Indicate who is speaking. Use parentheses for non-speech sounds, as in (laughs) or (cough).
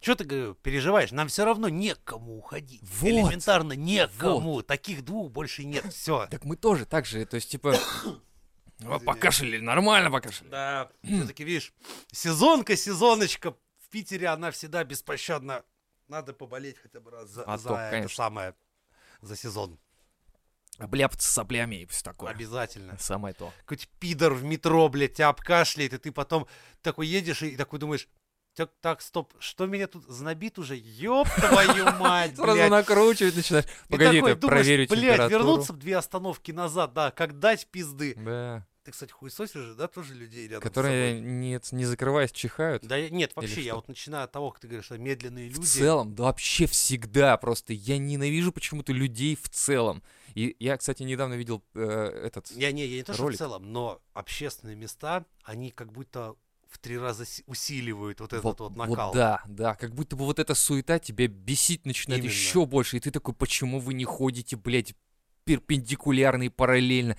Speaker 1: Что ты говорю, переживаешь? Нам все равно некому уходить.
Speaker 2: Вот.
Speaker 1: Элементарно некому. Таких двух больше нет. Все.
Speaker 2: Так мы тоже так же, то
Speaker 1: (coughs)
Speaker 2: есть, типа... «А, Покашляли, нормально покашляли.
Speaker 1: Да, все-таки, видишь, сезонка, сезоночка в Питере, она всегда беспощадна. Надо поболеть хотя бы раз за,
Speaker 2: А
Speaker 1: за
Speaker 2: то,
Speaker 1: это
Speaker 2: конечно.
Speaker 1: самое, за сезон.
Speaker 2: Обляпаться соплями и все такое.
Speaker 1: Обязательно.
Speaker 2: Самое то.
Speaker 1: Какой-то пидор в метро, блядь, тебя обкашляет, и ты потом такой едешь и такой думаешь, так, так, стоп, что меня тут знобит уже? Ёб
Speaker 2: (laughs)
Speaker 1: твою мать,
Speaker 2: Сразу
Speaker 1: блядь.
Speaker 2: накручивать начинаешь.
Speaker 1: И
Speaker 2: Погоди,
Speaker 1: такой
Speaker 2: я
Speaker 1: думаешь,
Speaker 2: проверю
Speaker 1: блядь,
Speaker 2: температуру.
Speaker 1: вернуться б две остановки назад, да, как дать пизды.
Speaker 2: Да.
Speaker 1: Ты, кстати, хуесосишь же, да, тоже людей рядом с
Speaker 2: Которые,
Speaker 1: собой?
Speaker 2: нет, не закрываясь, чихают.
Speaker 1: Да я- нет, вообще, я
Speaker 2: что?
Speaker 1: вот начинаю от того, как ты говоришь, что медленные
Speaker 2: В
Speaker 1: люди.
Speaker 2: целом, да вообще всегда просто. Я ненавижу почему-то людей в целом. И я, кстати, недавно видел э, этот...
Speaker 1: Я не, я не то, что в
Speaker 2: Ролик.
Speaker 1: целом, но общественные места, они как будто в три раза си- усиливают вот этот вот, накал.
Speaker 2: да, да, как будто бы вот эта суета тебя бесить начинает
Speaker 1: Именно.
Speaker 2: еще больше, и ты такой, почему вы не ходите, блядь, перпендикулярно и параллельно?